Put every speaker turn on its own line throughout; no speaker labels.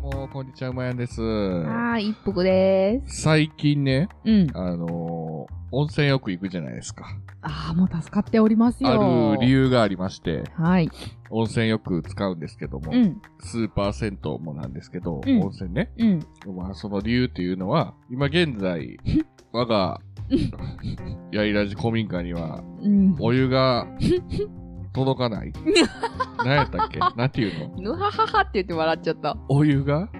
も、こんにちは、うまやんです。
はーい、一服でーす。
最近ね、
うん。
あのー温泉よく行くじゃないですか。
ああ、もう助かっておりますよ。
ある理由がありまして、
はい。
温泉よく使うんですけども、
うん、
スーパー銭湯もなんですけど、
うん
温泉ね。
うん。
まあ、その理由っていうのは、今現 在、我が、やいらじ古民家には、
うん。
お湯が、届か ない。何やったっけなんていうの
ぬはははって言って笑っちゃった。
お湯が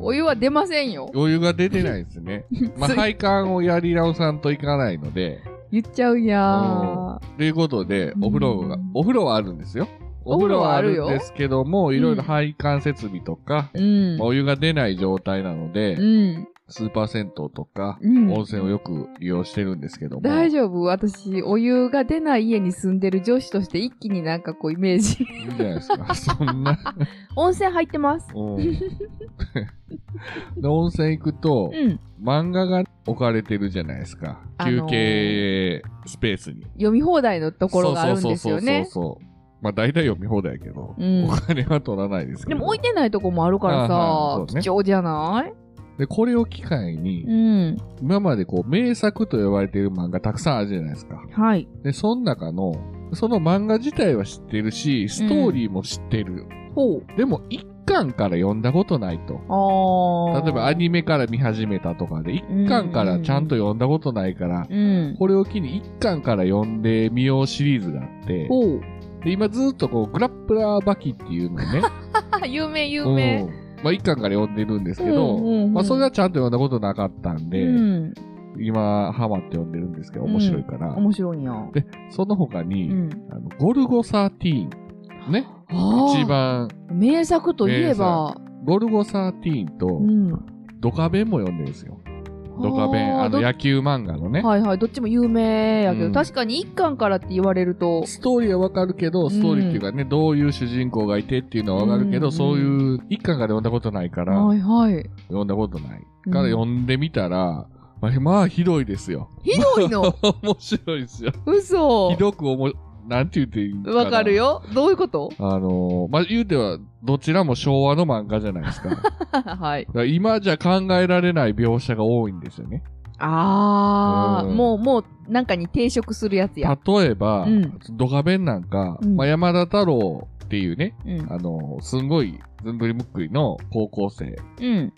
お湯は出ませんよ。
お湯が出てないです ね。まあ、
つい
配管をやり直さんといかないので、
言っちゃうや
うん
ー。
ということで、お風呂が
うん、
お風呂はあるんですよ。
お風呂はあるよ
お風呂はんですけども、
ん
いろいろ配管設備とか、
うん。
お湯が出ない状態なので、
うん。
スーパー銭湯とか、
うん
温泉をよく利用してるんですけども。
大丈夫私、お湯が出ない家に住んでる女子として一気になんかこうイメージ。
いいんじゃないですか。そんな。
温泉入ってます。
うん。 で、温泉行くと
う、ん。
漫画が置かれてるじゃないですか。
あ
休
のー
憩スペースに。
読み放題のところがあるんですよね。
そうそうそうそうそう。まあ大体読み放題やけど、
うん
お金は取らないですけ
で
ど。
も置いてないとこもあるから
あー
さ
はいそう、ね
貴重じゃない
で、これを機会に、
うん。
今までこう名作と呼ばれている漫画たくさんあるじゃないですか。
はい。
で、その中の、その漫画自体は知ってるし、ストーリーも知ってる。
ほう。
でも、一巻から読んだことないと。
ああ。
例えばアニメから見始めたとかで、一巻からちゃんと読んだことないから、
うん。
これを機に一巻から読んでみようシリーズがあって、
ほう。
で今ずっとこう、グラップラーバキっていうのをね、
あ、有名、 有
う
名。
んまあ、一巻から読んでるんですけど、
うんうんうん
まあ、それはちゃんと読んだことなかったんで、
うん。
今、ハマって読んでるんですけど、面白いから。
面白いんや。
で、その他に、
うん。
あのゴルゴ13、ね、
あー
一。番、
名作といえば、
ゴルゴ13と
う、ん。
ドカベンも読んでるんですよ。ドカベン、
あー
あの
ど
野球漫画のね。
はいはい、どっちも有名やけど、
うん
確かに一巻からって言われると、
ストーリーはわかるけど、ストーリーっていうかね、どういう主人公がいてっていうのはわかるけど、
うん
そういう一巻から読んだことないから、
はいはい。
読んだことない。
うん
から読んでみたら、まあ、まあ、ひどいですよ。
ひどいの
面白いですよ。
嘘
ひどく思い、なんて言っていいんかな
わかる。よ。どういうこと
あのーまあ、言うては、どちらも昭和の漫画じゃないですか。だか
はい。
ら今じゃ考えられない描写が多いんですよね。
あー、
うん
もう、もう、なんかに抵触するやつや。
例えば、
うん
ドカベンなんか、
うん
まあ、山田太郎っていうね、
うん。
あのーすんごいずんぐりむっくりの高校生、
うん。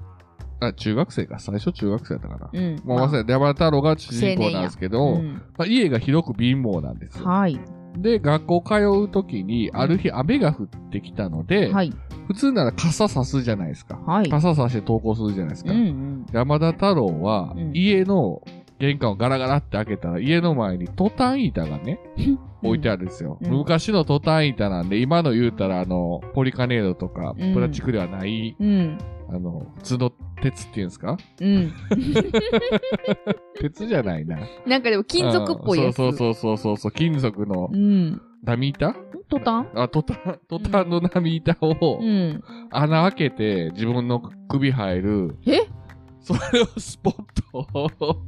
あ、中学生か、最初中学生だったかな。
うん。
もうまさ
に。
に山田太郎が主人公なんですけど、
うん
まあ、家がひどく貧乏なんですよ。
はい。
で、学校通う時に、ある日雨が降ってきたので、
はい。
普通なら傘さすじゃないですか。
はい。
傘さして登校するじゃないです
うん
か。
うん。
山田太郎は、
うん
家の玄関をガラガラって開けたら、家の前にトタン板がね、置いてあ
る。
るんですよ。
うん
昔のトタン板なんで、今の言うたら、あの、ポリカネードとか、
うん
プラスチックではない、
うん。
あの、普通の鉄っていうんですか
うん。
鉄じゃないな。
なんかでも金属っぽいやつ。
うんそうそうそうそうそう、金属の
うん。
波板
トタン
あ、トタン、トタンの波板を、
うん。
穴開けて自分の首入る。
え
それをスポッと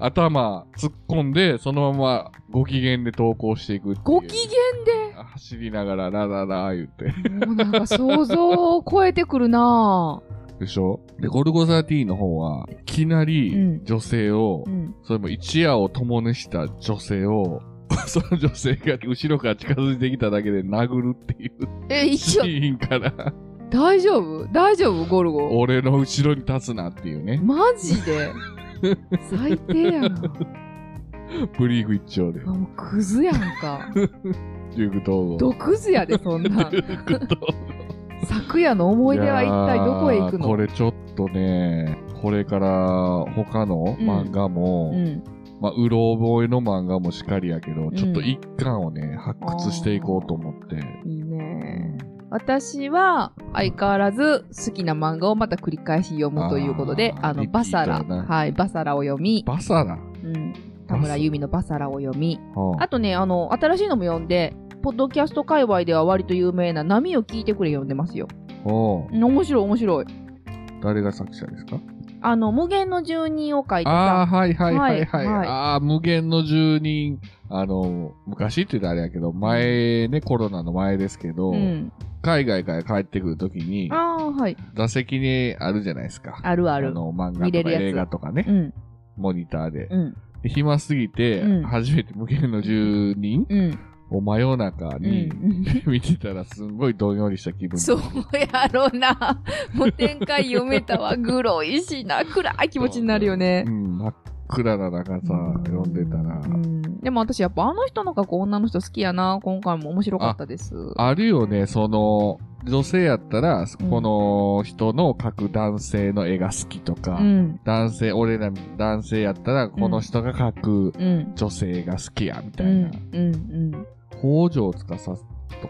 頭突っ込んで、そのままご機嫌で投稿していくっていう。
ご機嫌で。
走りながら、ラララ言って。
もうなんか想像を超えてくるなぁ。
でしょで、ゴルゴ13の方は、いきなり
うん
女性を、
うん。
それも一夜を共にした女性を、 その女性が後ろから近づいてきただけで殴るっていう
え、一
シ
応、
ーンから、
大丈夫大丈夫ゴルゴ。
俺の後ろに立つなっていうね、
マジで最低やな。
ブリーフ一丁で
あ、もうクズやんか。
いうことを
どクズやで、そんな
と。いうこと
昨夜の思い出は一体どこへ行く
いやーこ
の
れちょっとね、これから他の漫画も、
うん。
まあ、うろ覚えの漫画もしかりやけど、
ん
ちょっと一巻をね、発掘していこうと思って。
いいね私は相変わらず好きな漫画をまた繰り返し読むということで、
あー
あの、
リピー
バ
タ
サ
ーだ
ラ、
な
はい、バサラを読み、
バサラ。
うん、田村由美のバサラを読み、
はあ
あとね、あの、新しいのも読んで、ポッドキャスト界隈では割と有名な波を聞いてくれ読んでますよ。
おう
うん面白い面白い。
誰が作者ですか
あの、無限の住人を書いて
ああ、
さ、
はいはいはいは。
はいいはい
ああ、無限の住人。あの、昔って言ったらあれやけど、前ね、コロナの前ですけど、
うん、
海外から帰ってくるときに、
ああ、はい。
座席にあるじゃないですか。
あるある。
の、漫画
見れ
と
る
か
や
映
つ
画とか
う
ね、
ん。
モニターで。
うん。
で暇すぎて、
うん
初めて無限の住人
うん。
を真夜中
う
に、
ん。
見てたらすんごいどんよりした気分。
そうやろな。もう展開読めたわ。グロいしな。暗い気持ちになるよね
う。ん、真っ暗な中さ、読んでたら
う。んでも私やっぱあの人の格好女の人好きやな。今回も面白かったです。
あるよね、その、女性やったら、この人の描く男性の絵が好きとか、
うん。
男性、俺ら男性やったら、この人が描く
うん。
女性が好きや、み
う
たい
ん。
な。
うん。
北条司とかさ、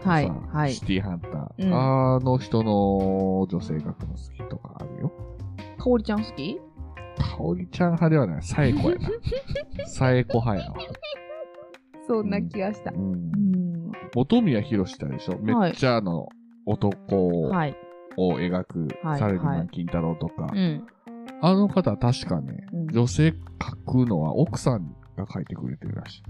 はいはい
シティハンター、
うん
あの人の女性描くの好きとかあるよ。
かおりちゃん好き
かおりちゃん派ではない、サエコや な。サエコ派やわ。
そんな気がした
う。ん
うん。
本宮博士でしょ、めっちゃあの、男を
はい。
描く、
はい
サル
は
マ
い
ン金太郎とか、
うん。
あの方は確かね、
うん
女性描くのは奥さんが描いてくれてるらしい。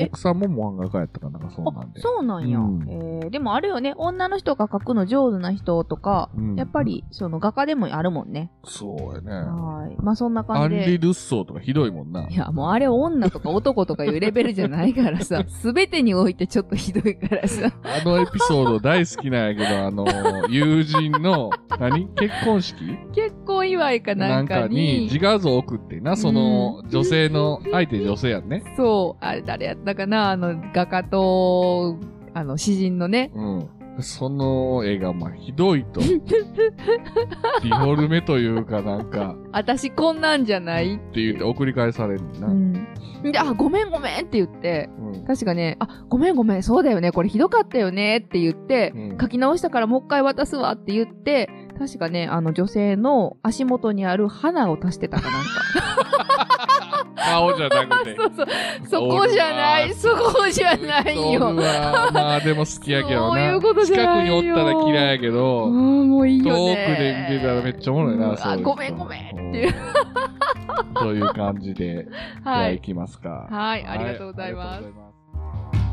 え
奥さんも漫画家やったかなんかそうな
あ
ん、で。
そうなんや。
うん
えーでもあるよね。女の人が描くの上手な人とか、
うん
やっぱり、その画家でもあるもんね。
そうやね。
はい。まあそんな
ア
感
ン
じで。
リ・ルッソーとかひどいもんな。
いや、もうあれ女とか男とかいうレベルじゃないから さ、すべてにおいてちょっとひどいからさ。
あのエピソード大好きなんやけど、あ の、友人の、何結婚式
結婚祝いか
な
なんん
か
か
に
に、
自画像送ってな、その、女性の、相手女性やんね。
そう、あれ誰やったかな、あの、画家と、あの、詩人のね、
うん。その絵が、まあ、ひどい と。ディフォルメというかなんか、
私こんなんじゃないっ
って言って送り返される
う
な。
ん。で、あ、ごめんごめんって言って、
うん
確かね、あ、ごめんごめん、そうだよね、これひどかったよねって言って、
うん
書き直したからもう一回渡すわって言って、確かね、あの女性の足元にある花を足してたか なんか。
顔じゃなくて。
そうそう。 そこじゃ ない、そこじゃない
お
よ
る。わまあでも好きやけどな。
そういうことじゃない
近
よ
くにおったら嫌いやけ
う
ど、
ん、もういいよ
遠く
ね。
で見てたらめっちゃおもろいな。
うん
そういう
あ、
人
ごめんごめん っていう。
うんという感じで、じゃ
は
あ
い
行。きますか。
はい、ありがとうございます。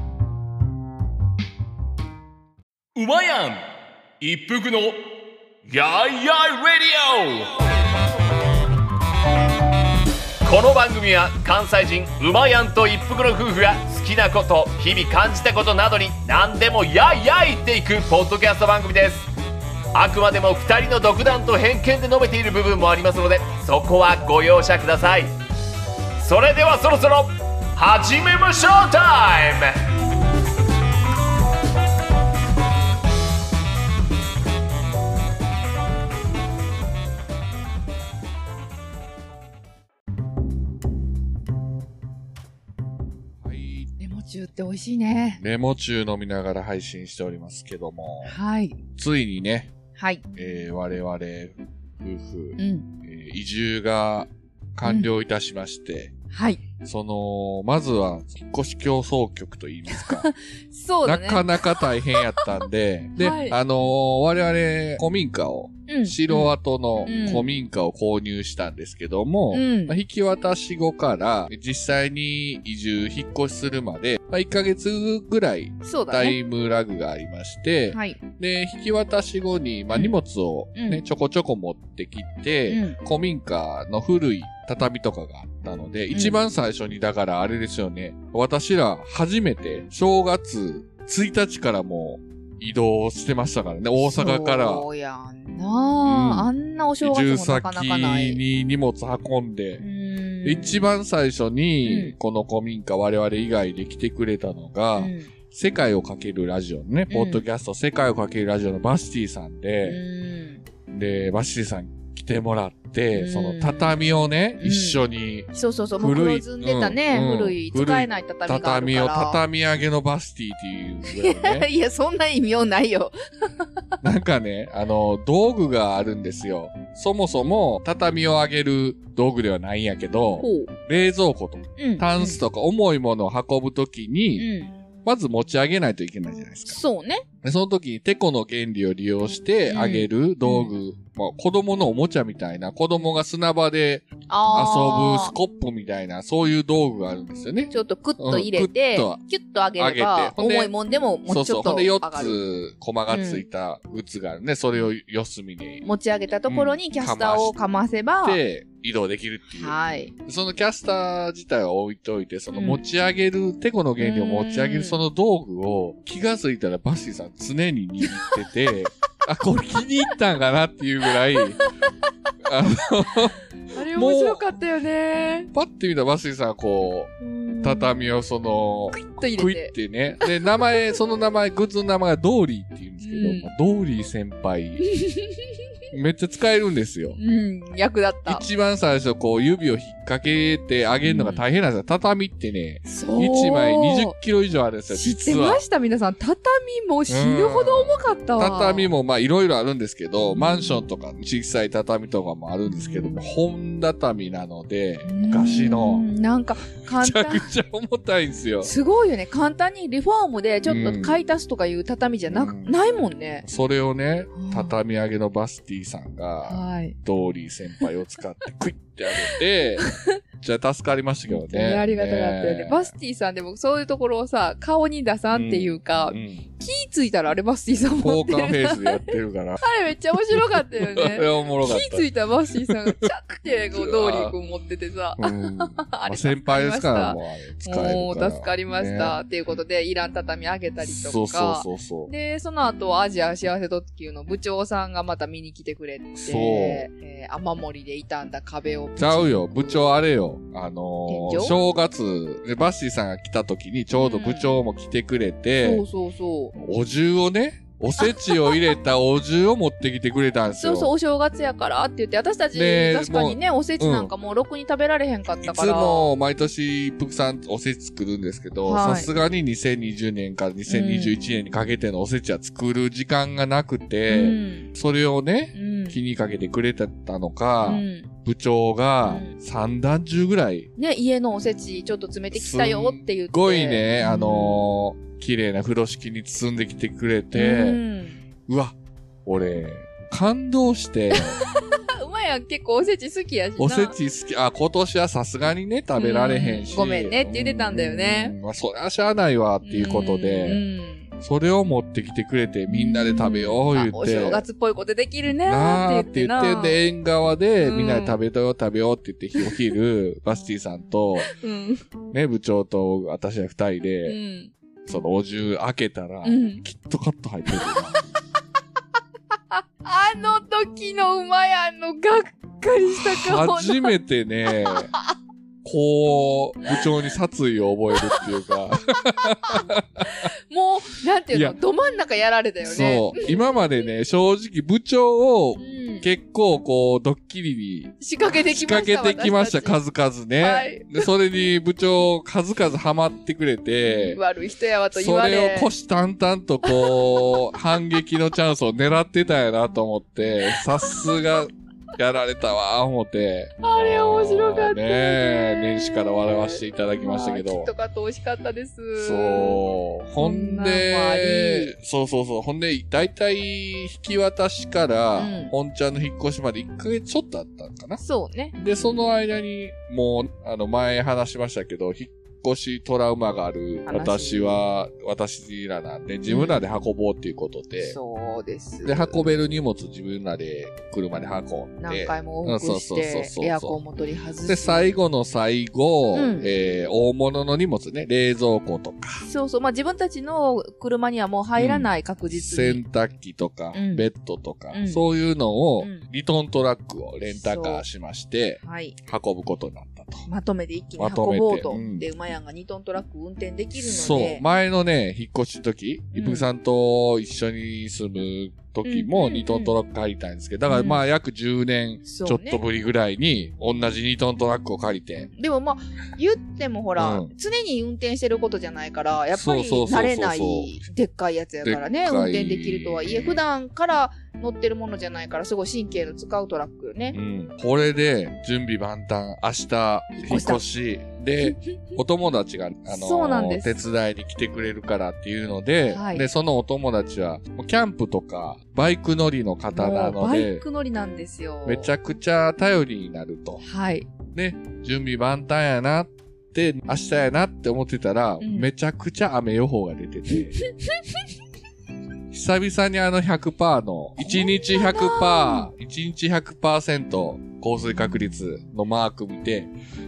馬やん一服のやいやいレディオこの番組は関西人馬やんと一服の夫婦が好きなこと日々感じたことなどに何でもやいやい言っていくポッドキャスト番組ですあくまでも2人の独断と偏見で述べている部分もありますのでそこはご容赦くださいそれではそろそろ始めましょうタイム
はい
レモチューって美味しいね。
レモチュー飲みながら配信しておりますけども、
はい。
ついにね、
はい。
えー我々夫婦、
うん。
えー移住が完了いたしまして、
はい。
その、まずは、引っ越し競争局といいますか、
そうだ
な
ね。
かなか大変やったんで、で、
はい
あのー我々、古民家を、
うん
城跡の
うん
古民家を購入したんですけども、
うん
まあ引き渡し後から、実際に移住、引っ越しするまで、まあ、1ヶ月ぐらい、
そうだ
タ
ね。
イムラグがありまして、
はい。
で、引き渡し後に、まあ、
うん
荷物をね、
うん
ちょこちょこ持ってきて、
うん
古民家の古い畳とかがあったので、
ん
一番最初に、だからあれですよね、私ら初めて正月1日からもう移動してましたからね、大阪から
そうやんなあ。あんなお正
移住
月もなかな
先
かない。
に荷物運んで、
うん
一番最初
う
に
ん、
この古民家我々以外で来てくれたのが、
うん
世界をかけるラジオのね、ポッドキャスト世界をかけるラジオのバシティさんで、
う
で、バッシーさん来てもらって、
うん
その畳をね、
うん
一緒に、
んそうそうそう、もう
古い
黒ずんでたね、
うんうん
古い、使えない畳がある
畳
か
を
ら。
畳上げのバスティっていうぐらいね、
いや、そんな意味はないよ。
なんかね、あの、道具があるんですよ。そもそも畳を上げる道具ではないんやけど、
う。
冷蔵庫とか、
うん。
タンスとか重いものを運ぶとき
うん。
に、
うん
まず持ち上げないといけないじゃないですか。
そうね。
でその時にテコの原理を利用してあげる道具、まあ、子供のおもちゃみたいな、子供が砂場で遊ぶスコップみたいな、そういう道具があるんですよね。
ちょっとクッと入れて、
うん
キュッと上げれば
上げて、ほんで
重いもんでもも
そう
うち
そ
ょ
う。
っと
ほんで
上
4
がる。
つ駒がついた鬱があるね。それを四隅に
持ち上げたところにキャスターをかませば、
で移動できるっていう。
はい。
そのキャスター自体は置いといて、その持ち上げる、テコの原理を持ち上げるその道具を気がついたらバッシーさん常に握って て、あ、これ気に入ったんかなっていうぐらい、あの、
あれ面白かったよね。
パッて見たらバッシーさんはこう、畳をその、
と入
ク
れ。
イっててね。で、名前、その名前、グッズの名前がドーリーって言うんですけど、
うん
まあドーリー先 輩、めっちゃ使えるんですよ。
うん、役だった。
一番最初、こう、指を引っ掛けてあげるのが大変なんですよ。畳ってね、
そう
1枚20キロ以上あるんですよ、
知っ
実
てま
は。
した皆さん。畳も死ぬほど重かったわ。
畳
も。
もまあいろいろあるんですけど、マンションとか小さい畳とかもあるんですけども、本畳なので、昔の、
なんか、簡
めちゃ
単。
くちゃ重たいんですよ。
すごいよね。簡単にリフォームでちょっと買い足すとかいう畳じゃなく、
うん
ないもんね。
それをね
うん、
畳上げのバスティさんが、
はい。
ドーリー先輩を使って クイッてあ げて、じゃあ助かりましたけど
本当に
ね。
ありがたかったよね。バスティさんでもそういうところをさ、顔に出さんっていうか、
うん
気ついたらあれバスティさん
ポ
持っ
ー
て
カーフ
る。
ェイスでやってるから。
あれめっちゃ面白かったよ
それ
ね。
はおもろかっ
気ついたらバスティさんがチャッてこう、ドーリー君持っててさ。
た。うん。ま
あ
あ
れ
先輩ですから、
助
もうあれ使えるから。
もう助かりました。っていうことで、イラン畳あげた
ね。
りとか。
そうそうそうそう。
で、その後、アジア幸せ特急の部長さんがまた見に来てくれて、
そう
えー雨漏りで傷んだ壁を。
ちゃうよ、部長あれよ。あのー
天井
正月、でバッシーさんが来た時にちょうど部長も来てくれ
そ
て
う、そうそう。
お重をね、おせちを入れ たお重を持ってきてくれたんです
そ
よ。
うそう、お正月やからって言って、私たち
ねえ
確かにね、おせちなんかもうろくに食べられへんかっ
い
た
つ
から。
も毎年一服さんおせち作るんですけど、
は
さ
い
すがに2020年から2021年にかけてのおせちは作る時間がなく
う
て、
ん。
それをね、
うん。
気にかけてくれてたのか、
うん
部長が
うん
三段中ぐらい、
ね、家のおせちちょっと詰めてきたよって言
すっ
って。
ごいね、あのー綺麗な風呂敷に包んできてくれ
うん、う
て、
ん
うわ、俺、感動 して、
あうまいやん、結構おせち好きやしな。
おせち好き、あ、今年はさすがにね、食べられへんし。
うんごめんねって言ってたんだよね
うん。まあ、そりゃしゃあないわ、っていうこと
う
で、
ん
それを持ってきてくれて、みんなで食べよう、言
あ
って。
お正月っぽいことできるね
なあ
ー
っ
って
言
て言
っん
っててな。
で、縁側で、
うん
みんなで食べたよ、食べようって言って、お昼、バスティさんと、
うん。
ね、部長と私ら二人
う
で、
ん。
そのお重開けたら、
うん
キットカット入 ってる。
あの時の馬やんのがっかりした顔の。
初めてね、こう、部長に殺意を覚えるっていうか、
もう、なんてい
いうや
の、ど真ん中やられたよね。
そう。今までね、正直部長を
うん
結構こう、ドッキリに
仕掛けてき
仕
ました。
掛けてきました、
私
数々ね。
はい
で、それに部長、数々ハマってくれ
た
て
ち、悪い人やわと言
そ
わ
れ
れ。
を虎視眈々とこう、反撃のチャンスを狙ってたんやなと思って、さすが、やられたわ、思って。
あれ面白かったよ
ね
ね
え年始から笑わせていただきましたけ
あーき
ど
っ。とかと美味しかったです。
そう。ほん
こんなんもあ
で
り、
そうそうそう。ほんで、だいたい引き渡しから
うん、
本ちゃんの引っ越しまで1ヶ月ちょっとあったんかな。
そうね。
で、その間に、もう、あの、前話しましたけど、引っ越しトラウマがある
話
私は、私らなんで、自分らで運ぼうっていうことで、
そうです。
で、運べる荷物自分らで車で運ん
何
で、
回も往復し
そうそうそう
て
そう、
エアコンも取り外して。
で、最後の最後、
うん
えー大物の荷物ね、冷蔵庫とか、
そうそう。まあ、自分たちの車にはもう入らない確実に。
洗濯機とか、
うん
ベッドとか、
うん
そういうのを、
うん
リトントラックをレンタカーしまして、
はい。
運ぶことになったと。
まとめて一気に
まとめて
運ぼうと。
うん
で、馬やんが2トントラック運転できるので。
そう、前のね、引っ越しの時、
うん
一服さんと一緒に住む時も
うん
2トントラック借りたんですけど、だから
うん
まあ約10年ち
そ
ょ
う
っ
ね
とぶりぐらいに、同じ2トントラックを借りて、
でもまあ、言ってもほら、
うん
常に運転してることじゃないから、やっぱり
そうそうそうそう
慣れない、でっかいやつやからね、
でっ
運
かい
転できるとはいえ、普段から乗ってるものじゃないから、すごい神経の使うトラックよね
う。ん。これで、準備万端。明日、引っ越し。 で、お友達が、あの
そうなんで
手
す
伝いに来てくれるからっていうので、
はい
で、そのお友達は、もうキャンプとか、バイク乗りの方
もう
なの
バイ
で、
ク乗りなんですよ。
めちゃくちゃ頼りになると。
はい。
ね、準備万端やなって、明日やなって思ってたら、
うん
めちゃくちゃ雨予報が出てて。久々にあの100%の、1日100%、1日100%降水確率のマーク見て、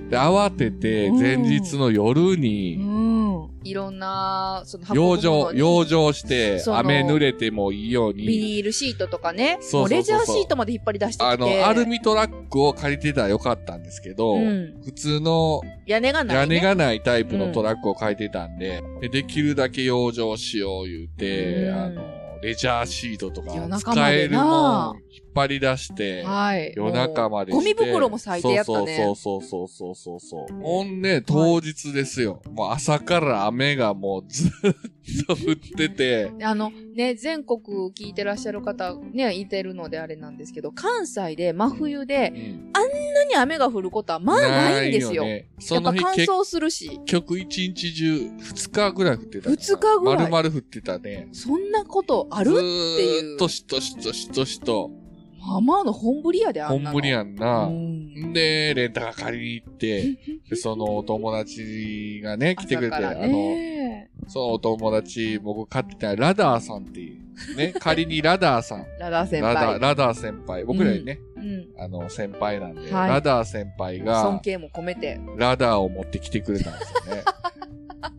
で、慌てて
うん
前日の夜
う
に、
ん。
いろんな、その
養生、養
生。
生して、
その
雨濡れてもいいよう
ビ
に、
ニールシートとかね。
そうそうそうそう
もうレジャーシートまで引っ張り出してきて。
あの、アルミトラックを借りてたらよかったんですけど、
うん。
普通の
屋根がな
屋
い、ね。
根がないタイプのトラックを変えてたんで、でできるだけ養生しよう言うて、
うん
あの、レジャーシートとか
夜中
使
まで
え
な
るもん引っ張り出して、
はい。
夜中までして。
ゴミ袋も咲いてやったね。
そうそうそうそうそうそう。ほんで、当日ですよ。もう朝から雨がもうずっと降ってて、
あのね、全国聞いてらっしゃる方ね、いてるのであれなんですけど、関西で真冬で、
うん
こんなに雨が降ることはまあないんですよ。
ね
や
そ
っぱ
の日
乾
結
燥するし、
局一日中、二日ぐらい降ってたかな。
二日ぐらい
丸々降ってたね。
そんなことあ
ず
る
ーっとしとしとしとしと。
まあまあの本ぶりやで、あ
ほ
んなの。
んぶりやんな
う。ん。
んで、レンタカー借りに行って、でそのお友達がね、来てくれて、
朝か
あ
ら
の、
ねえ
そのお友達、僕買ってたラダーさんっていう、ね、仮にラダーさん、
ラダー先
ラダー、
輩。
ラダー先輩、僕らよりね、
うん。
あの、先輩なんで、
はい
ラダー先輩
尊
が、
敬も込めて。
ラダーを持ってきてくれたんですよね。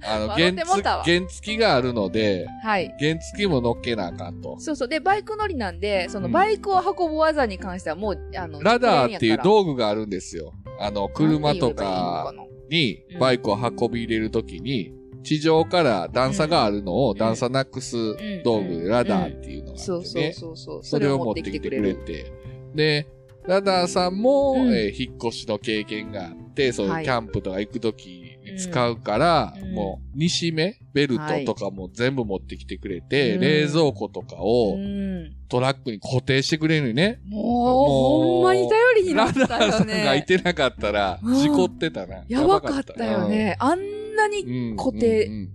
あの、
笑
原
ってもう
付、
たわ
原付があるので、
はい。
原付も乗っけなあかんと。
そうそう。で、バイク乗りなんで、その
うん
バイクを運ぶ技に関してはもう、あの、
ラダーっていう
熟
道具があるんですよ。あの、
練やら
車とか、
何て
に
うん
バイクを運び入れるときに、地上から段差があるのを
ん
段差なくす
ん
道
う
具、
ん
ラダーっていうのが
言えばいいのかな
あっ
そう
て
そう
ね。
そうそう。
それを持ってきてくれ。て。で、ラダーさんも、
うん
えー引っ越しの経験があって、そう
はい
いうキャンプとか行くときに使うから、
うん
もう、西目、ベルトとかも全部持ってきてくれて、
うん
冷蔵庫とか
う
を
ん。
トラックに固定してくれるのね。
もう、
もう
ほんまに頼りにな
ラ
っ
ダ
た
ー
よ
さんがい
ね。
てなかったら、
うん
事故ってたな。
やばかったよね。あんな
う
に、
ん。
固定
うんうん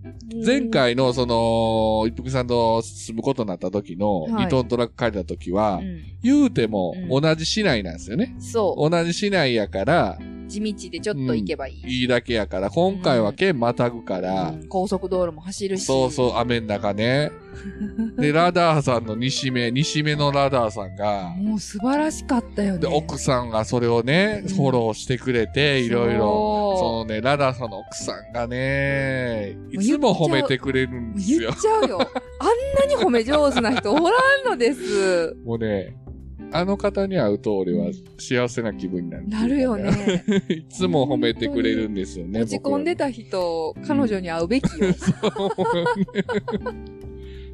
前回の、その、一服さんと住むことになった時の、
はい
リトントラック借りた時
う
は、
ん、
言うても
うん
同じ市内なんですよね。
そ
同じ市内やから、
う。地道でちょっと行けばいい。
いいだけやから、今回は県またぐから
う、ん高速道路も走るし。
そうそう、雨ん 中ね。で、ラダーさんの西目、西目のラダーさんが、
もう素晴らしかったよね。
で、奥さんがそれをね、
うん
フォローしてくれて、いろいろ。そ
ろ。
のね、ラダーさんの奥さんがね、いつも褒めてくれるんです
言
よ
っ。ちゃうよ。あんなに褒め上手な人おらんのです。
もうね、あの方に会うと俺は幸せな気分になる。
なるよ。ね。
いつも褒めてくれるんですよね。
落ち込んでた人、彼女に会うべきよ。
僕は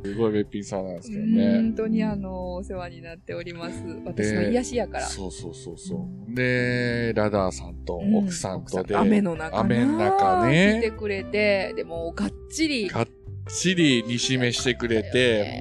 すごいべっぴんさんなんですけどね。
本当にあの、お世話になっております。私の癒しやから。
そうそうそうそう。で、ラダーさんと
うん
奥さんとで、
雨の中な
雨の中ね
来てくれて、でも、がっちり。
がっちり煮しめしてくれて、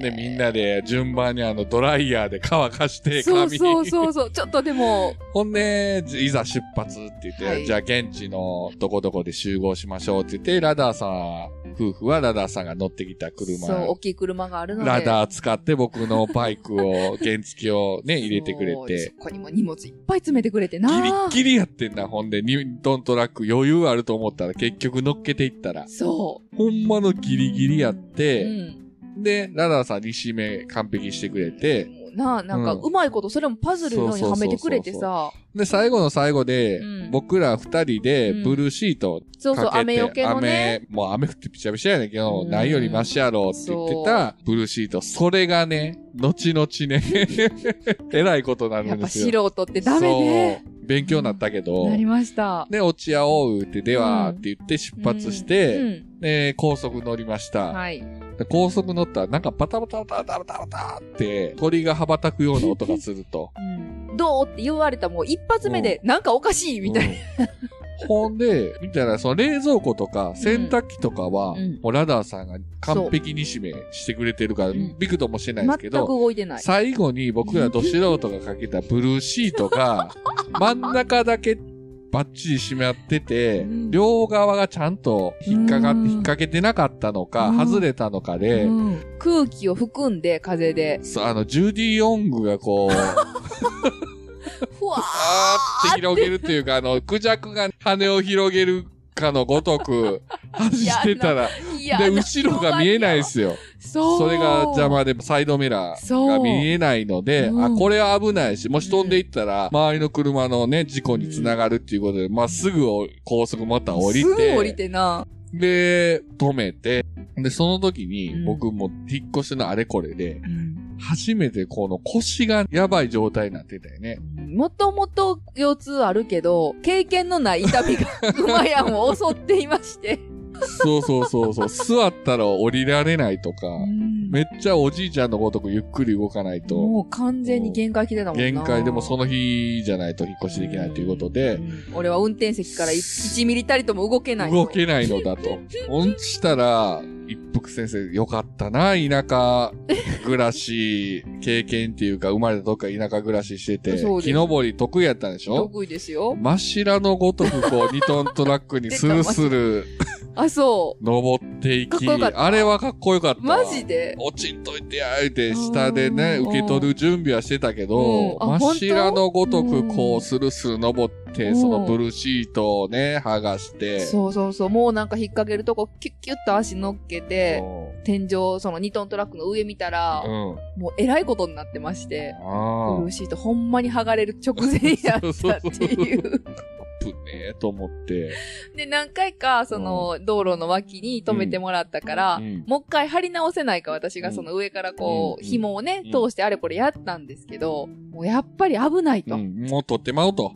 ね
で、みんなで順番にあのドライヤーで乾かして、
そう
髪。
そうそうそう。ちょっとでも、
ほんで、いざ出発って言って、
はい
じゃあ現地のどこどこで集合しましょうって言って、ラダーさん、夫婦はラダーさんが乗ってきた車、
そう、大きい車があるので。
ラダー使って僕のバイクを、原付をね、入れてくれ
そう
て、
そこにも荷物いっぱい詰めてくれて
ギ
な。
リッギリやってんな、ほんで、ニトントラック余裕あると思ったら結局乗っけていったら、
そ
ほんまのギリギリやっ
う。う
て、
ん。
で、ラダーさん2周目完璧してくれて、
もうな、なんか、
うん
うまいこと、それもパズルのようにはめてくれてさ。
で、最後の最後で、
うん
僕ら2人で
うん
ブルーシートを
そうそう、
かけ
雨
て
よけのね。
雨、もう雨降ってびちゃびちゃやねんけど、
うん
ないよりマシやろって言ってた、ブルーシート。それがね、後々ね、 えらいことにな
や
る
っ
んで
ぱ
すよ。
素人ってダメね。
そう。勉強になったけど、
なりました。
で、落ち合おうって、では、
うん
って言って出発して、
うん
で、高速乗りました。
はい。
で高速乗ったら、なんかバタバタバタバタバタバタって、鳥が羽ばたくような音がすると。
うん
どうって言われたもう一発目で、なんかおかしいみたいな。
うんほんで、みたいな、その冷蔵庫とか洗濯機とかは、
うん
もうラダーさんが完璧に指名してくれてるから、
ん
びくともしてないですけ
全く
ど、
動いてない。
最後に僕らど素人がかけたブルーシート が、真ん中だけバッチリ締まってて、
うん
両側がちゃんと引っかかって、
う
引
ん
っ掛けてなかったのか、
うん
外れたのかで、
うん空気を含んで、風で。
そうあの、ジュディ・ヨングがこ う、
ふわ
あーって広げるっていうか、あの、クジャクが羽を広げるかのごとく、走ってたら、
ーいや
で、後ろが見えないで。すよ。
そう。
それが邪。魔で、サイドミラーが
そう
見えないので、
うん
あ、これは危ないし、もし飛んでいったら、周りの車のね、事故につながるっていうことで、まあ、すぐお高速また降り
すぐ降り
て、
てな。
で、止めて、で、その時に
うん、
僕も引っ越しのあれこれで、初めてこの腰がやばい状態になってたよね。
もともと腰痛あるけど、経験のない 痛みが馬やんを襲っていまして。
そうそうそうそう。座ったら降りられないとか、めっちゃおじいちゃんのごとくゆっくり動かないと、
もう完全に限界来てたもんな。
限界でもその日じゃないと引っ越しできないということで、
うん俺は運転席からい1ミリたりとも動けない。
動けないのだと。ほんしたら、一服先生、よかったな、田舎暮らし、経験っていうか、生まれたとこから田舎暮らししてて
そう、です
木登り得意やったんでしょ
得意ですよ。
真っ白のごとくこう、二トントラックにスルスル
あ、そ
登ってい
かっ
き、
こよかった
あれはかっこよかった。
う。マジで。
落ちんといてやーって下でね、
うん
受け取る準備はしてたけど、
うんあ
真っ白のごと
本
く
当
こうスルスル登って、
うん
そのブルーシートをね、剥がして、
そうそうそう。もうなんか引っ掛けるとこ、キュッキュッと足乗っけて、天井、その2トントラックの上見たら
う、ん。うん。
もうえらいことになってまして、ブ
あ
ルーシートほんまに剥がれる直前 やったって いう。
あ、ぶねえと思って。
で、何回か、その、道路の脇に止めてもらったから、
うん
もう一回張り直せないか、私
う
が
ん
その上からこう、
うん
紐をね
う、ん
通してあれこれやったんですけど、もうやっぱり危ないと。
う
うん。
ん、もう取ってまおうと。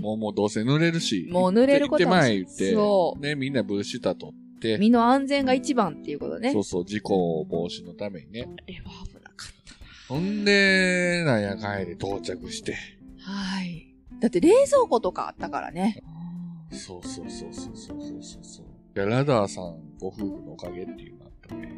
もうもうどうせ濡れるし。
もう濡れること
行って
は
まえ言って。
そ
ね、みんなブルーシートは取って。
身の安全が一番っていうことね。
そうそう、事故防止のためにね。
あれは危なかっ
ほんで、なんやかんやで到着して。
た。はい。だって冷蔵庫とかあったからね。
そうそうそうそうそうそうそうそう。いや、ラダーさんご夫婦のおかげっていうのあったね。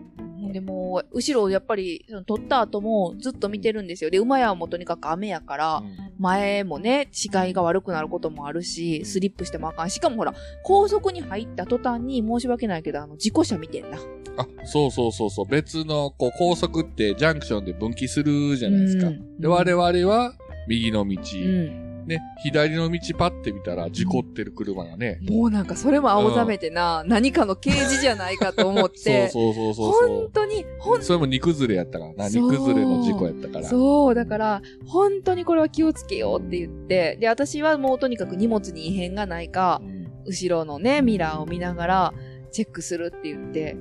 でも、後ろやっぱり、その撮った後もずっと見てるんですよ。で、馬屋はもうとにかく雨やから、
うん
前もね、視界が悪くなることもあるし、スリップしてもあかん。しかもほら、高速に入った途端に申し訳ないけど、あの、事故車見てんな。
あ、そうそうそうそう。別の、こう、高速ってジャンクションで分岐するじゃないですか。
うん
で、我々は、右の道、
うん。
ね、左の道パッて見たら、事故ってる車がね。
もうなんかそれも青ざめてな、何かの刑事じゃないかと思
そ
っ
う
て、
そうそうそう
本当に、
そ
ほ
う。それも荷崩れやったからな。荷
そう
崩れの事故やったから。
そう、だから、本当にこれは気をつけようって言って、で、私はもうとにかく荷物に異変がないか
う、ん
後ろのね、ミラーを見ながら、チェックするって言って、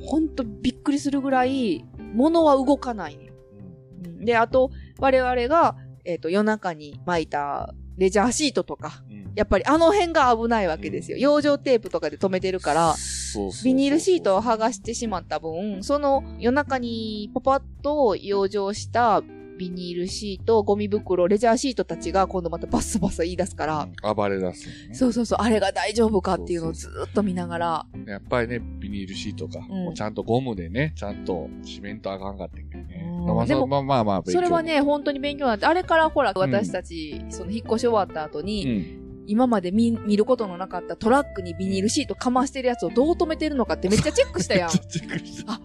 本当びっくりするぐらい、物は動かない。うんで、あと、我々が、えっ、と、夜中に巻いたレジャーシートとか、
うん
やっぱりあの辺が危ないわけですよ。
うん
養生テープとかで止めてるか
そ
ら、
うそうそうそう
ビニールシートを剥がしてしまった分、その夜中にパパッと養生したビニールシート、ゴミ袋、レジャーシートたちが今度またバッサバサ言い出すから、
うん暴れ出すよね、
そうそうそう、あれが大丈夫かっていうのをずーっと見ながら、
やっぱりね、ビニールシートか、
ん
もうちゃんとゴムでね、ちゃんと締めんとあかんかったけどね。
うん
まあ
でも
まあまあまあ、勉強
それは、ね、本当に勉強になって、あれからほら、私たち、その引っ越し終わった後
う
に、
ん、
今まで見見ることのなかったトラックにビニールシートかましてるやつをどう止めてるのかってめっちゃチェックしたや ん。
ちょっとチェックした
あ、あ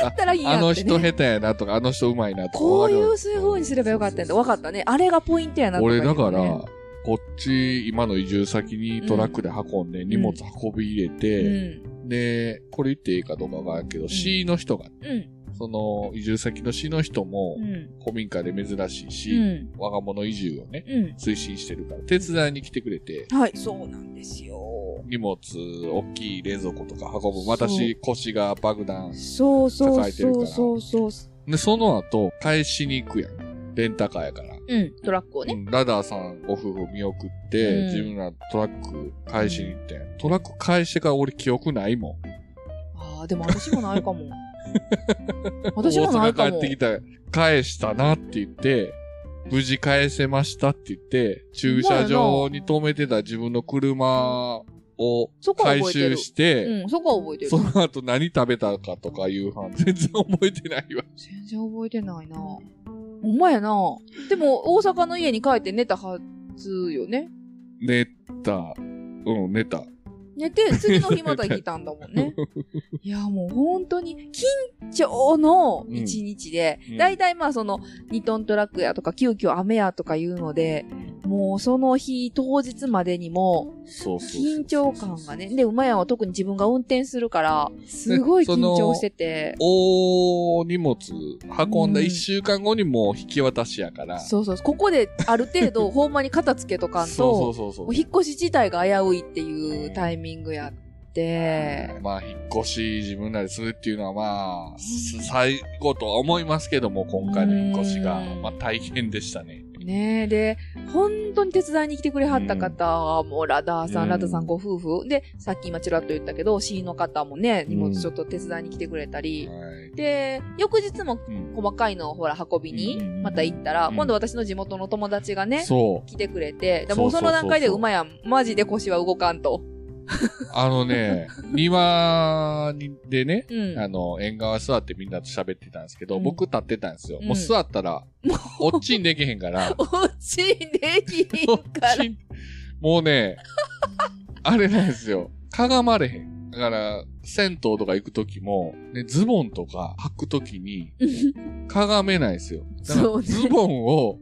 あやったらいいや
あ
ん
の
って、
人
ね。
下手やなとか、あの人うまいなとか。
こういう
そう
風にすればよかったんだ。分かったね。あれがポイントやなとか
俺
言ってね
だから、こっち、今の移住先にトラックで運んで、荷物運び入れ
う
て、
ん。
で、これ言っていいかどうかわからんけど、市の人が、
うん。
その移住先の市の人も
う、ん。
古民家で珍しいうし、
ん。
我が物移住をね、
う
推進してるから、手伝いに来てくれて、
ん。はい、そうなんですよ。
荷物、大きい冷蔵庫とか運ぶ。私、腰が爆弾。
そうそ
抱え
う
てる
そ
から
うそうそう。
で、その後、返しに行くやん。レンタカーやから。
うん。トラックを
う
ね。
んラダーさんご夫婦見送って、
うん
自分らトラック返しに行ってん。トラック返してから俺記憶ないもん。
ああ、でも私もないか も。私もない
大
か
阪帰
も
って。きた、返したなって言って、無事返せましたって言って、駐車場に止めてた自分の車を
そこは
回
覚えて
収
る。
して、
うん、そこは覚えてる
そ。の後何食べたかとか夕飯全然覚えてないわ。
全然覚えてないな。ほんまやな。でも、大阪の家に帰って寝たはずよね。
寝た。うん、寝た。
寝て、次の日また来たんだも んね。いや、もう本当に、緊張の一日で、
うん
だいたいまあその、2トントラックやとか、急遽雨やとか言うので、もうその日、当日までにも、
そうそうそう
緊張感がね、で、馬屋は特に自分が運転するから、すごい緊張してて、
大荷物運んだ
うん
1週間後にもう引き渡しやから。
そうそう、ここである 程度、ほんまに片付けとかんと、
そうそうそう
お
そう
引っ越し自体が危ういっていうタイミングやって、
まあ、引っ越し自分らでするっていうのはまあ、す最後とは思いますけども、今回の引っ越しが
う、ん
まあ大変でしたね。
ねえ、で、本当に手伝いに来てくれはった方はもうラダーさ、
うんん
ラダーさんご夫婦。で、さっき今ちらっと言ったけど、C の方もね、荷物ちょっと手伝いに来てくれたり。
はい。
で、翌日も
うん
細かいのをほら運びに
うん
また行ったら、
うん
今度私の地元の友達がね、
そう。
来てくれて、でもうその段階で
そうそうそうそう
馬やん、マジで腰は動かんと。
あの ね、庭にでね、
うん。
あの、縁側座ってみんなと喋ってたんですけど、
うん
僕立ってたんですよ。
うん
もう座ったら、おっちんできへん から、
おっちんでき
お
ん
っ
から。
ちん、もうね、あれなんですよ。かがまれへん。だから、銭湯とか行くときも、ね、ズボンとか履くときに、かがめないですよ。だから
そうね
ズボンを、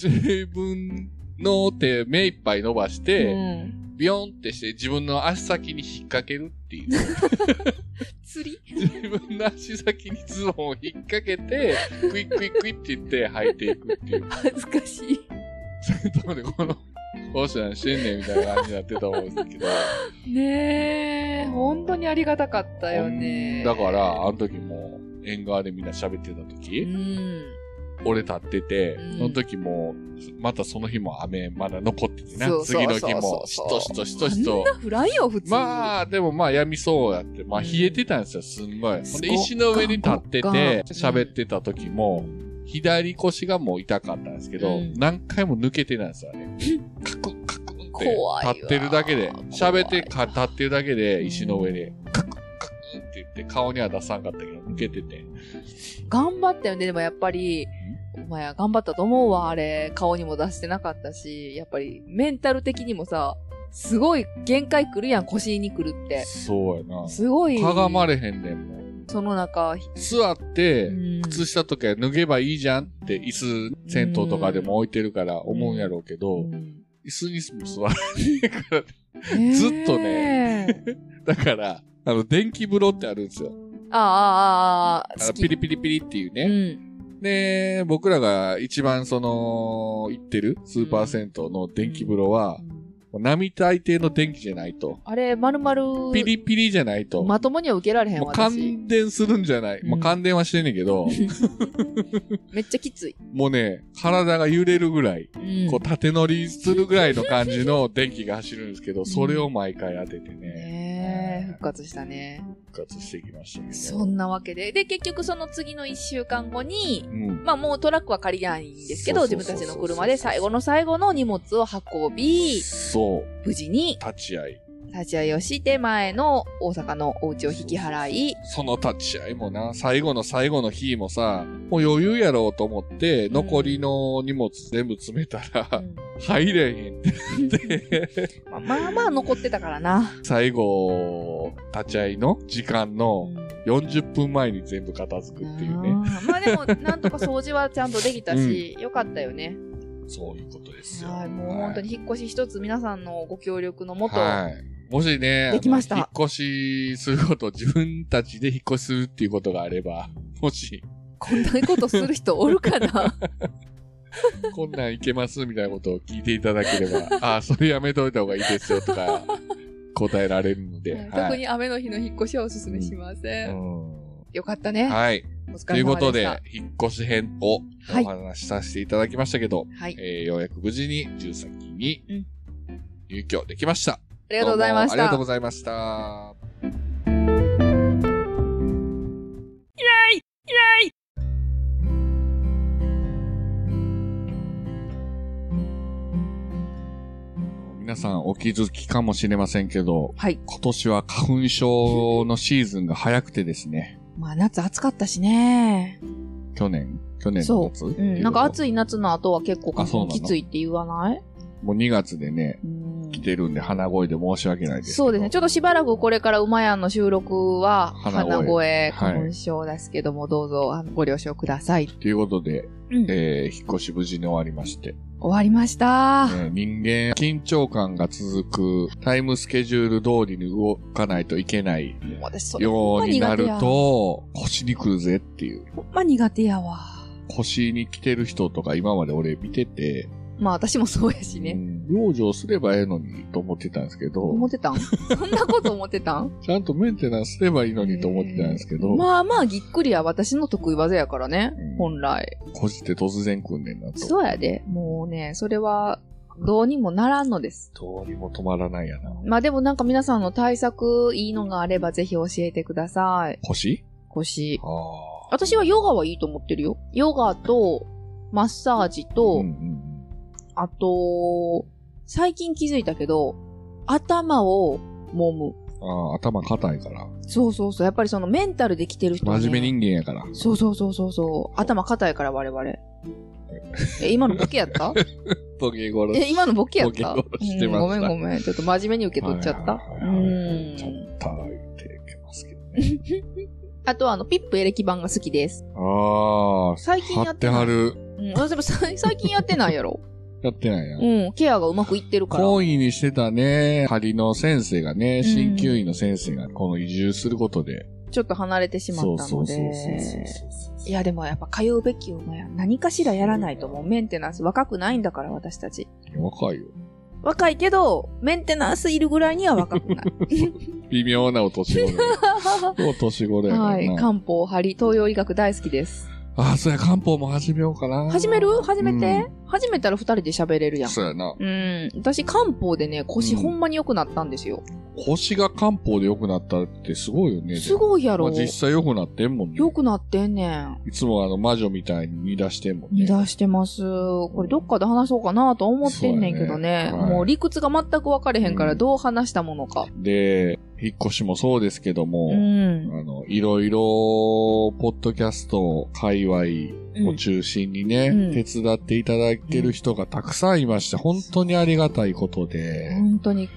自分の手目いっぱい伸ばし
う
て、
ん。
ビヨンってして自分の足先に引っ掛けるっていう。
釣り
自分の足先にズボンを引っ掛けて、クイックイックイって言って履いていくっていう。
恥ずか
そ
しい。
ういうところでこの、こうしなんしてんねんみたいな感じになってたと思うんですけど。
ねえ、本当にありがたかったよね。
だから、あの時も、縁側でみんな喋ってた時、
うん。
俺立ってて、
うん
その時も、またその日も雨まだ残っててな
そう。そう
次の日
そ
も、
う
し
そう
としとしと
あ
し
ん
と。
なフライよ、普通。
まあ、でもまあ、やみそうやって、まあ、
うん
冷えてたんですよ、すんごい。ほんで、
そっか
石の上に立ってて、
そっか
喋ってた時も、左腰がもう痛かったんですけど、
うん
何回も抜けてたんですよ ね。カクンカクンって
怖いわ、
立ってるだけで、喋ってか立ってるだけ
う
で、
ん
石の上で、カクンカクンって言って、顔には出さんかったけど、抜けてて。
頑張ったよね、でもやっぱり。お前は頑張ったと思うわ、あれ。顔にも出してなかったし、やっぱりメンタル的にもさ、すごい限界来るやん、腰に来るって。
そうやな。
すごい。
かがま
れ。
れへんねん、もう。
その中、
座って、
うん
靴下とか脱げばいいじゃんって、椅子、銭湯とかでも置いてるから思うんやろうけど、
うん
椅子にも座らないから、ずっとね。
え
だから、あの、電気風呂ってあるんですよ。
ああ、ああ、あ
あ
あ、
の
好き
ピリピリピリっていう
う
ね。
ん。
で、僕らが一番その、行ってるスーパー銭湯の電気風呂は、もう並大抵の電気じゃないと。
あれ、まるまる、
ピリピリじゃないと。
まともには受けられへん
もう
わ、私。
感電するんじゃない。
うん
まあ、感電はしてんねんけど、
めっちゃきつい。
もうね、体が揺れるぐらい、
うん
こう縦乗りするぐらいの感じの電気が走るんですけど、それを毎回当ててね、
ねえ、復活したね。
復活してきましたけど。
そんなわけで。で、結局その次の一週間後に、
うん。
まあもうトラックは借りないんですけど、
そうそ
自
う
分
そうそう
たちの車で最後の最後の荷物を運び、
そう。
無事に
立ち会い。
立ち会いをして前の大阪のお家を引き払い、
その立ち会いもな、最後の最後の日もさ、もう余裕やろうと思って、
ん
残りの荷物全部詰めたら、 入れへんってなって、
まあまあまあ残ってたからな。
最後、立ち会いの時間の40分前に全部片付くっていうね。
あーまあでも、なんとか掃除はちゃんとできたし、よかったよね。
そういうことですよ。
はい、もう本当に引っ越し一つ皆さんのご協力のもと、
はい。もしね、
できました
あの引っ越しすること、自分たちで引っ越しするっていうことがあれば、もし、
こんなことする人おる かな
こんなんいけますみたいなことを聞いていただければ、ああ、それやめといた方がいいですよとか、答えられるので。
うん特に雨の日の引っ越しはおすすめしませ
はい
ん。
うん
よかったね。
はい。
お疲れ様でした。
ということで、引っ越し編をお
はい
話しさせていただきましたけど、
はい。
えーようやく無事に13先に
うん
入居できました。
ありがとうございま
どうも
し
ありがとう
た
ご。ざいました。皆さんお気づきかもしれませんけど、
はい。
今年は花粉症のシーズンが早くてですね、
まあ夏暑かったしね。
去年、去年の
そ
夏
う。うん。なんか
い。
暑い夏の後は結構
あそうなの
きついって言わない
もう2月でね、
うん
来。てるんで鼻声で申し訳ないですけど。
そうですね。ちょっとしばらくこれから馬やんの収録は、
花声
花声、
はい
花粉症ですけども、どうぞあのご了承ください。
ということで、
うん。終
えー、引っ越し無事に終わりまして、
わりました
え。ー人間緊張感が続く、タイムスケジュール通りに動かないといけない
もう私、それほ
よ
ん
う
ま
にな
苦手
る
や。ほ
と、腰に来るぜっていう。
んま苦手やわ。
腰に来てる人とか今まで俺見てて、
まあ私もそうやし
う
ね。
ん養生すればええのにと思ってたんですけど、
思ってたんそんなこと思っ てたん
ちゃんとメンテナンスすればいいのにと思ってたんですけど、
まあまあぎっくりは私の得意技やからね
うん。
本来。
腰って突然来んねんなと。
そうやで。もうね、それは、どうにもならんのです。
どうにも止まらないやな。
まあでもなんか皆さんの対策いいのがあればぜひ教えてください。
腰
腰。
ああ。
私はヨガはいいと思ってるよ。ヨガと、マッサージ
う
と、
んうん
あと、最近気づいたけど、頭を揉む。
うん、あー頭硬いから。
そうそうそう。やっぱりそのメンタルで来てる人、ね、
真面目人間やから。
そうそうそうそうそう。頭硬いから我々。え、今のボケやった
ボケ殺
え、今のボケやった
ボケ殺してました
うんごめんごめん。ちょっと真面目に受け取っちゃった。う
はいはいはいはいちょ
ーん。
っと言っていけますけどね。
あとはあの、ピップエレキ版が好きです。
ああ、
最近や
貼
っ
って
て
は
ない。
る。
うん、私もさい最近やってないやろ。
やってないな。
うん、ケアがうまくいってるから。
懇意にしてたね、針の先生がね、鍼灸院の先生がこの移住することで。
ちょっと離れてしま
そう
った
そ
の
うそうそうそう
で。
そう。
いやでもやっぱ通うべきもや何かしらやらないともうメンテナンス若くないんだから私たち。
若いよ。
若いけど、メンテナンスいるぐらいには若 くない。
微妙なお年頃 や。お年頃やからな。
はい。漢方、針、東洋医学大好きです。
ああ、そうや、漢方も始めようかな。
始める始めて、始めたら二人で喋れるやん。
そうやな。
うん。私、漢方でね、腰
うん
ほんまに良くなったんですよ。
腰が漢方で良くなったってすごいよね。
すごいや
いま
ろ
あ、。実際良くなってんもんね。
良くなってんねん。
いつもあの魔女みたいに煮出してんもんね。
煮出してます。これどっかで話そうかなと思ってんねんけどね。
そうやねはい
もう理屈が全く分かれへんか
う
ら
ん
どう話したものか。
で、引っ越しもそうですけど
う
も、
ん。
あの、いろいろ、ポッドキャスト、界隈を中心にね、
うん
手伝っていただいてる人がたくさんいまして、本当にありがたいことで、
本当に。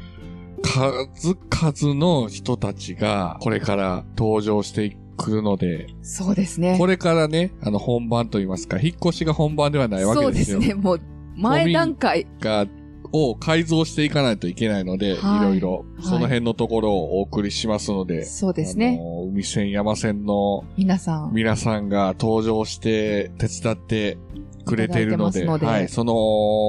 数々の人たちがこれから登場してくるので、
そうですね。
これからね、あの本番といいますか、引っ越しが本番ではないわ
そ
け
う
で
ですす
よ。
ね。もう、前段階。
が、を改造していかないといけないので、
はい
いろいろ、
い
その辺のところをお送りしますので、
そうです
あ
ね。
の海線山線の
皆さん。
皆さんが登場して手伝ってくれているので、
いただいてますので
はい、その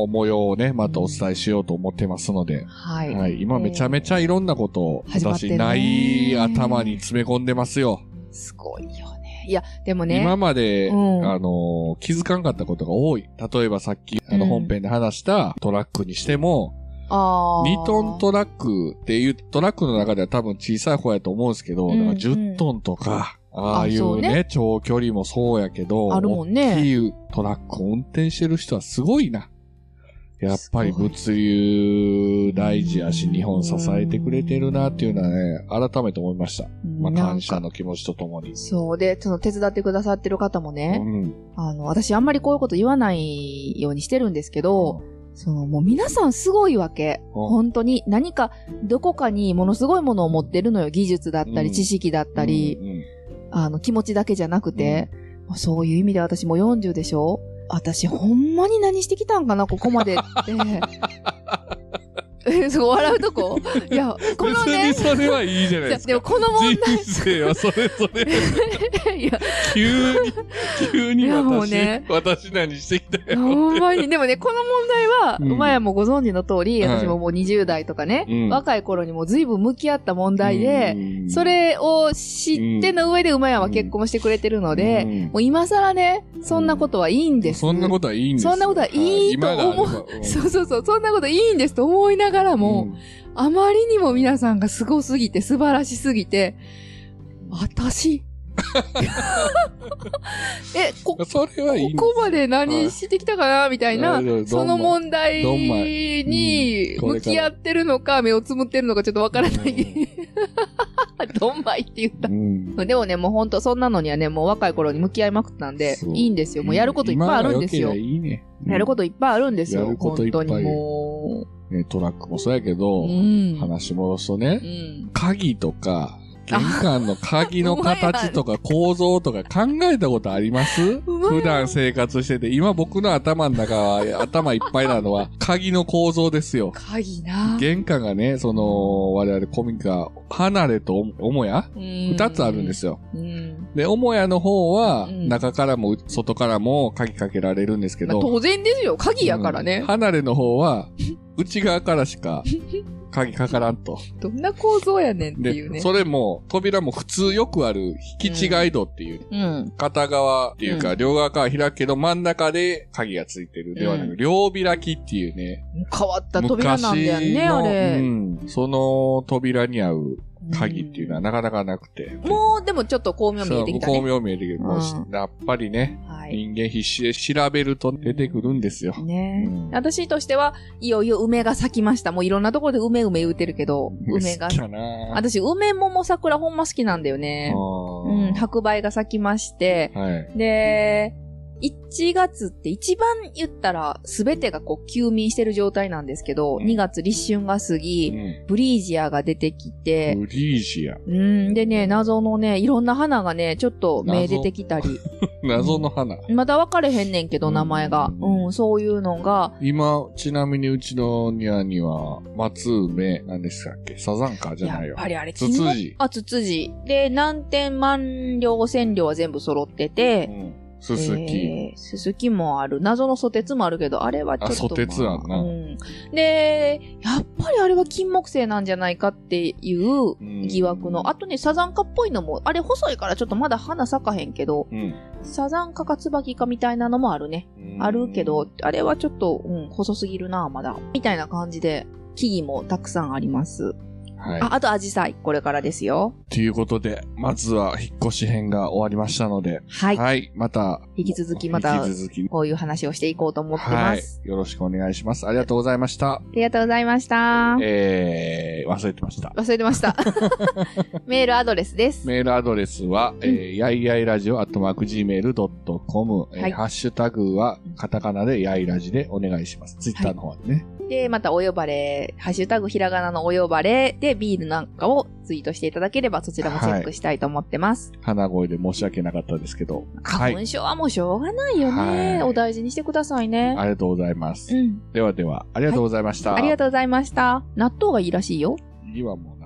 模様をね、またお伝えしようと思ってますので、
はい。
はい、今めちゃめちゃいろんなことを
始まって
私
ね
ない頭に詰め込んでますよ。
すごいよね。いや、でもね。
今まで、
うん
あのー気づかんかったことが多い。例えばさっき、あの
うん
本編で話したトラックにしても、
あー
2トントラックっていう、トラックの中では多分小さい方やと思うんですけど、
うん
だから10トンとか、ああい
そうう
ね
ね
長距離もそうやけど、
あるもんね
大きいトラックを運転してる人はすごいな。やっぱり
すごい
物流大事やし、
うん
日本支えてくれてるなっていうのはね、改めて思いました。まあ、
なんか
感謝の気持ちとともに。
そう。で、その手伝ってくださってる方も
う
ね、
ん。
あの、私あんまりこういうこと言わないようにしてるんですけど、その、もう皆さんすごいわけ。本当に何か、どこかにものすごいものを持ってるのよ。技術だった
う
り、
ん
知識だった
う
り、
んうん
あの、気持ちだけじゃなくて、まあそういう意味で私も40でしょ私ほんまに何してきたんかな、ここま でって。え、そう、笑うとこいや、このね、
別にそれはいいじゃない
いや
です
でも
か。
この問
人生はそれぞれ、
題、 いや、
急に、急に
いやもう
私、
ね
私何してきたよ。
ほんまに。でもね、この問題は、
うん
馬やもご存知の通り、
はい
私ももう20代とかね、
うん
若い頃にもう随分向き合った問題で、
うん、
それを知っての上で馬やは結婚してくれてるので、
うん
もう今更ね、そんなことはいいんです。。
そんなこととはいいんですよ
そんなことはいいと思う
は今があればん
そうそうそう、そんなこといいんですと思いながらも、あまりにも皆さんが すごすぎて、素晴らしすぎて、私、
え、こ、
それはいいんです
ここまで何してきたかなみたいな
はいどんまい、
その問題
どんま
に
うんこれ
向
から
き合ってるのか、目をつむってるのかちょっとわからない。 どんまいって言った
う。ん。
でもね、もうほんと、そんなのにはね、もう若い頃に向き合いまくったんで
そ、う
いいんですよ。もうやることいっぱいあるんです
今
よ。
が良けりゃいいね。。
やることといっぱいあるんです
や
よ。
るこ
本
といっぱい
当にも
ねトラックもそうやけ
う。
ど
う、ん。
話戻すと
う
ね、
ん。
鍵とか、玄関の鍵の形 とか構造とか考えたことあります
うまい
普段生活してて、今僕の頭の中は、頭いっぱいなのは、鍵の構造ですよ。
鍵な。
玄関がね、その、我々コミカ、離れと母屋二
二
つあるんです
よ。
よ。
うん。
で、母屋の方は、
うん
中からも外からも鍵かけられるんですけ
まあ
ど、
当然ですよ。鍵やから
うん
ね。
離れの方は、内側からしか鍵かからんと。
どんな構造やねんって
で、
いうね。
それも、扉も普通よくある、引き違い戸っていう、
うん。
片側っていうか、
う
両側から開くけど、真ん中で鍵がついてる。ではなく、
う
両開きっていうね、
変わった扉なんだよね、あ
う
れ。
ん、その扉に合う鍵っていうのはなかなかなくて。
うんもう、でもちょっと巧妙見えてきた
そう巧
ね。
妙見えてきた。もうし
う
やっぱりね、
はい。
人間必死で調べると出てくるんですよ。
ね
うん
私としては、いよいよ梅が咲きました。もういろんなところで梅梅言うてるけど、梅が
好き。やな
私、梅桃桜ほんま好きなんだよね。
う
うん、白梅が咲きまして、
はい。
で、1月って一番言ったら全てがこう休眠してる状態なんですけど、
うん
2月立春が過ぎ、
う
ブリージアが出てきて、
ん。ブリージア。
うん、でね、謎のね、いろんな花がね、ちょっと芽出てきたり、
謎の花。
まだ分かれへんねんけど、名前が。
うん
うん、そういうのが、
今、ちなみにうちの庭には、松梅、何でしたっけサザンカじゃ
や
ない
っ
よ。
ぱりあれ、
ツ
キモ
ツジ。
あ、ツツジ。で、南天満両千両は全部揃って
う
て、
ん。ススキ。
えーススキもある。謎のソテツもあるけど、あれはちょっと、ま
あソテツあんな
うん。で、やっぱりあれは金木犀なんじゃないかっていう疑惑の。あとね、サザンカっぽいのも、あれ細いからちょっとまだ花咲かへんけど、
うん。
サザンカか椿かみたいなのもあるね。
うん
あるけど、、あれはちょっと、うん、細すぎるな、まだ。みたいな感じで、木々もたくさんあります。
はい。
あ、あと、アジサイ、これからですよ。
ということで、まずは引っ越し編が終わりましたので、
はい。
はい、また、
引き続き、また
引、き続き、
こういう話をしていこうと思ってま
はい
す。、
よろしくお願いします。ありがとうございました。
ありがとうございました。
えー、忘れてました。
忘れて ました。メールアドレスです。
メールアドレスは、えー、やいやいラジオ、アットマーク Gmail.com、えー
はい
ハッシュタグは、カタカナでやいラジでお願いします。ツイッターの方でね。
で、またお呼ばれ、ハッシュタグひらがなのお呼ばれでビールなんかをツイートしていただければそちらもチェックしたいと思ってます。
鼻声で申し訳なかったですけど。は
花
い。
粉症はもうしょうがないよ
は
ね。
い
お大事にしてくださいね。
ありがとうございます。
うん。
ではでは、ありがとうございました。
ありがとうございました。納豆がいいらしいよ。
いいわもう